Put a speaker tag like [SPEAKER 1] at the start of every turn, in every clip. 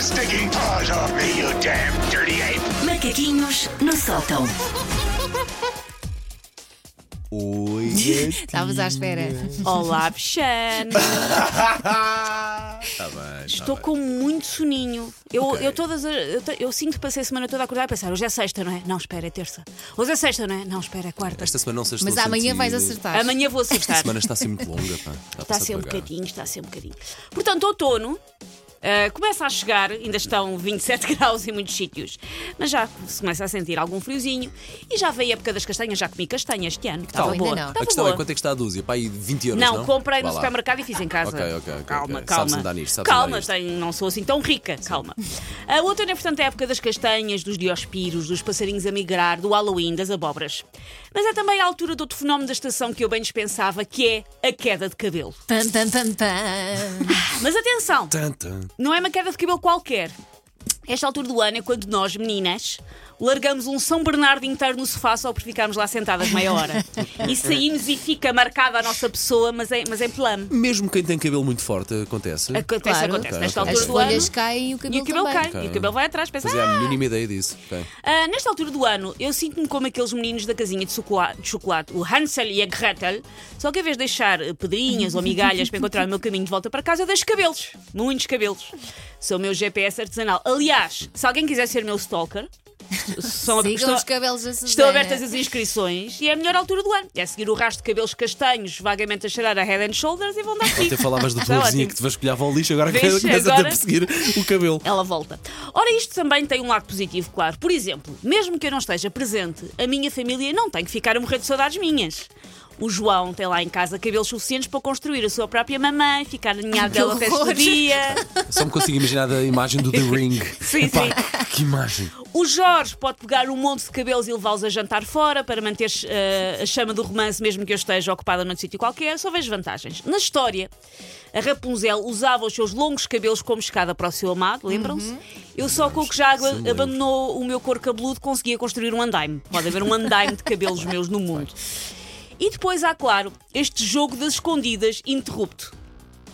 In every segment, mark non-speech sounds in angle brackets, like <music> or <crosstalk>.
[SPEAKER 1] sticking paws off me, you damn dirty ape!
[SPEAKER 2] Macaquinhos no sótão.
[SPEAKER 3] Oi.
[SPEAKER 4] Estavas à espera.
[SPEAKER 3] Hum, <laughs>
[SPEAKER 5] Olá, bichano!
[SPEAKER 3] Está Tá bem.
[SPEAKER 5] Estou com muito soninho. Eu,
[SPEAKER 3] Ok.
[SPEAKER 5] eu, todas as- eu, te- eu sinto que passei a semana toda a acordar e pensar: hoje é sexta, não é? Não, espera, é terça. Hoje é sexta, não é? Não, espera, é quarta.
[SPEAKER 3] Esta semana não sei se
[SPEAKER 4] Mas
[SPEAKER 3] estou a
[SPEAKER 4] amanhã
[SPEAKER 3] sentir-
[SPEAKER 4] vais acertar.
[SPEAKER 5] Amanhã vou
[SPEAKER 3] Esta
[SPEAKER 5] acertar.
[SPEAKER 3] semana está a ser muito longa, pá.
[SPEAKER 5] Está a
[SPEAKER 3] passar
[SPEAKER 5] ser um
[SPEAKER 3] devagar.
[SPEAKER 5] bocadinho, está a ser um bocadinho. Portanto, outono ah, começa a chegar, ainda estão 27 <laughs> graus em muitos sítios, mas já se começa a sentir algum friozinho e já veio a época das castanhas, já comi castanha este ano. Estava
[SPEAKER 4] Ainda
[SPEAKER 5] boa.
[SPEAKER 4] não.
[SPEAKER 3] A
[SPEAKER 5] Estava
[SPEAKER 3] questão
[SPEAKER 5] boa.
[SPEAKER 3] é quanto é que está a dúzia? Pá, aí 20 euros.
[SPEAKER 5] Tá Não,
[SPEAKER 3] Não,
[SPEAKER 5] comprei no
[SPEAKER 3] Vá lá.
[SPEAKER 5] supermercado e fiz em casa.
[SPEAKER 3] Ok, ok, ok,
[SPEAKER 5] Calma,
[SPEAKER 3] ok.
[SPEAKER 5] calma.
[SPEAKER 3] Sabes andar nisto, sabes andar
[SPEAKER 5] calma,
[SPEAKER 3] nisto.
[SPEAKER 5] tenho- não sou assim tão rica, calma. A outono é, portanto, a época das castanhas, dos diospiros, dos passarinhos a migrar, do Halloween, das abobras. Mas é também a altura de outro fenómeno da estação que eu bem dispensava, que é a queda de cabelo.
[SPEAKER 4] Pam, pam, pam, pam.
[SPEAKER 5] Mas atenção,
[SPEAKER 3] Tan, tan.
[SPEAKER 5] não é uma queda de cabelo qualquer. Esta altura do ano é quando nós, meninas, largamos um São Bernardo inteiro no sofá só por ficarmos lá sentadas meia hora. E saímos e fica marcada a nossa pessoa, mas em, mas em plano.
[SPEAKER 3] Mesmo quem tem cabelo muito forte, acontece.
[SPEAKER 5] Acontece,
[SPEAKER 4] Claro.
[SPEAKER 5] É acontece.
[SPEAKER 3] Ok,
[SPEAKER 5] Nesta
[SPEAKER 3] ok.
[SPEAKER 4] As
[SPEAKER 5] altura do
[SPEAKER 4] folhas
[SPEAKER 5] ano.
[SPEAKER 4] caem e o cabelo,
[SPEAKER 5] E o cabelo
[SPEAKER 4] também.
[SPEAKER 5] cai, e o cabelo vai atrás, pensa.
[SPEAKER 3] Fazia é a mínima ideia disso. Ok.
[SPEAKER 5] "Ah, nesta altura do ano, eu sinto-me como aqueles meninos da casinha de chocola- de chocolate, o Hansel e a Gretel, só que em vez de deixar eh, pedrinhas ou migalhas para encontrar o meu caminho de volta para casa, eu deixo cabelos, muitos cabelos. Sou o meu GPS artesanal. Aliás, se alguém quiser ser meu stalker, são
[SPEAKER 4] Sigam
[SPEAKER 5] estou-
[SPEAKER 4] os cabelos da Susana.
[SPEAKER 5] Estão abertas as inscrições e é a melhor altura do ano. É seguir o rastro de cabelos castanhos, vagamente a cheirar a Head and Shoulders e vão dar
[SPEAKER 3] Ontem
[SPEAKER 5] comigo. <laughs>
[SPEAKER 3] falavas do
[SPEAKER 5] Está
[SPEAKER 3] povozinho
[SPEAKER 5] ótimo.
[SPEAKER 3] que te vasculhava ao lixo, agora
[SPEAKER 5] Vês,
[SPEAKER 3] começas a
[SPEAKER 5] agora?
[SPEAKER 3] perseguir o cabelo.
[SPEAKER 5] Ela volta. Ora, isto também tem um lado positivo, claro. Por exemplo, mesmo que eu não esteja presente, a minha família não tem que ficar a morrer de saudades minhas. O João tem lá em casa cabelos suficientes para construir a sua própria mamãe, ficar
[SPEAKER 4] <laughs>
[SPEAKER 5] alinhado
[SPEAKER 4] Que
[SPEAKER 5] dela até
[SPEAKER 4] horror.
[SPEAKER 5] este dia.
[SPEAKER 3] Só me consigo imaginar a
[SPEAKER 5] <laughs>
[SPEAKER 3] imagem do The Ring.
[SPEAKER 5] Sim,
[SPEAKER 3] Epá,
[SPEAKER 5] sim.
[SPEAKER 3] Que imagem.
[SPEAKER 5] O Jorge pode pegar um monte de cabelos e levá-los a jantar fora para manter eh, a chama do romance, mesmo que eu esteja ocupada num sítio qualquer. Só vejo vantagens. Na história, a Rapunzel usava os seus longos cabelos como escada para o seu amado, lembram-se? Eu só com o que já
[SPEAKER 3] Uhum. Sim, lembro.
[SPEAKER 5] abandonou o meu cor cabeludo conseguia construir um andaime. Pode haver um andaime de cabelos meus no
[SPEAKER 3] <laughs>
[SPEAKER 5] mundo. E depois há, claro, este jogo das escondidas interrupto.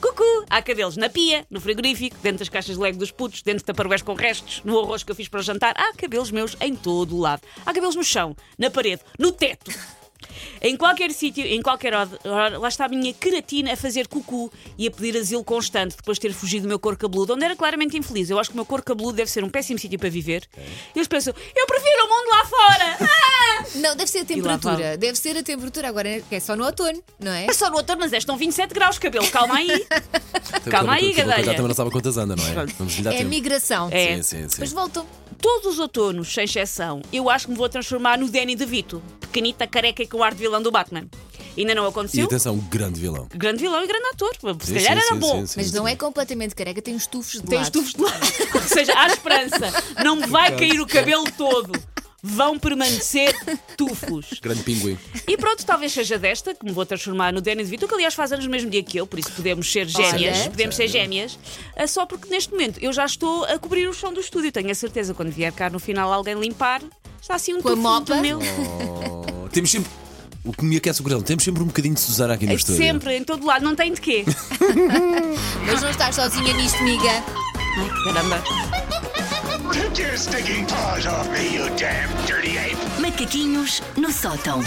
[SPEAKER 5] Cucu! Há cabelos na pia, no frigorífico, dentro das caixas de lego dos putos, dentro de taparués com restos, no arroz que eu fiz para o jantar. Há cabelos meus em todo o lado. Há cabelos no chão, na parede, no teto. <laughs> Em qualquer sítio, em qualquer hora- hora, lá está a minha queratina a fazer cucu e a pedir asilo constante depois de ter fugido do meu cor cabeludo, onde era claramente infeliz. Eu acho que o meu cor cabeludo deve ser um péssimo sítio para viver. E eles pensam, eu prefiro o mundo lá fora! Ah!
[SPEAKER 4] Não, deve ser a
[SPEAKER 5] vão.
[SPEAKER 4] temperatura. Deve ser a temperatura. Agora é só no outono, não é?
[SPEAKER 5] É só no outono, mas é, estão 27 graus, cabelo, calma aí.
[SPEAKER 3] Também-
[SPEAKER 5] Calma aí,
[SPEAKER 3] também-
[SPEAKER 5] gadelha.
[SPEAKER 3] Também não sabe quantas anda, não é? Vamos lhe dar
[SPEAKER 4] É a
[SPEAKER 3] tempo.
[SPEAKER 4] migração.
[SPEAKER 5] É.
[SPEAKER 3] Sim, sim, sim.
[SPEAKER 4] Depois voltam.
[SPEAKER 5] Todos os outonos, sem exceção, eu acho que me vou transformar no Danny DeVito, pequenita, careca e com ar de vilão do Batman. Ainda não
[SPEAKER 3] E
[SPEAKER 5] aconteceu?
[SPEAKER 3] atenção, um grande vilão.
[SPEAKER 5] Grande vilão e grande ator. Se
[SPEAKER 3] Sim,
[SPEAKER 5] calhar
[SPEAKER 3] sim,
[SPEAKER 5] era
[SPEAKER 3] sim,
[SPEAKER 5] bom.
[SPEAKER 3] sim, sim,
[SPEAKER 4] Mas não
[SPEAKER 3] sim.
[SPEAKER 4] é completamente careca, tem os tufos de
[SPEAKER 5] Tem os
[SPEAKER 4] lado.
[SPEAKER 5] tubos de lado. <laughs> Ou seja, há esperança. Não me vai cair o cabelo todo. Vão permanecer tufos. <laughs>
[SPEAKER 3] Grande pinguim.
[SPEAKER 5] E pronto, talvez seja desta que me vou transformar no Danny DeVito, que aliás faz anos no mesmo dia que eu, por isso podemos ser gêmeas.
[SPEAKER 4] Olha.
[SPEAKER 5] Podemos ser gêmeas. Ah, Só porque neste momento eu já estou a cobrir o chão do estúdio. Tenho a certeza quando vier cá no final alguém limpar, está assim um
[SPEAKER 4] Com a
[SPEAKER 5] tufo
[SPEAKER 4] mopa?
[SPEAKER 5] meu.
[SPEAKER 3] Oh, temos sempre. O que me aquece o coração, temos sempre um bocadinho de Susana aqui no estúdio.
[SPEAKER 5] É <laughs> Sempre, em todo lado, não tem de quê.
[SPEAKER 4] Mas não estás sozinha nisto, miga.
[SPEAKER 5] Ai, caramba.
[SPEAKER 1] Take your sticking paws off me, you damn dirty ape!
[SPEAKER 2] Macaquinhos no sótão.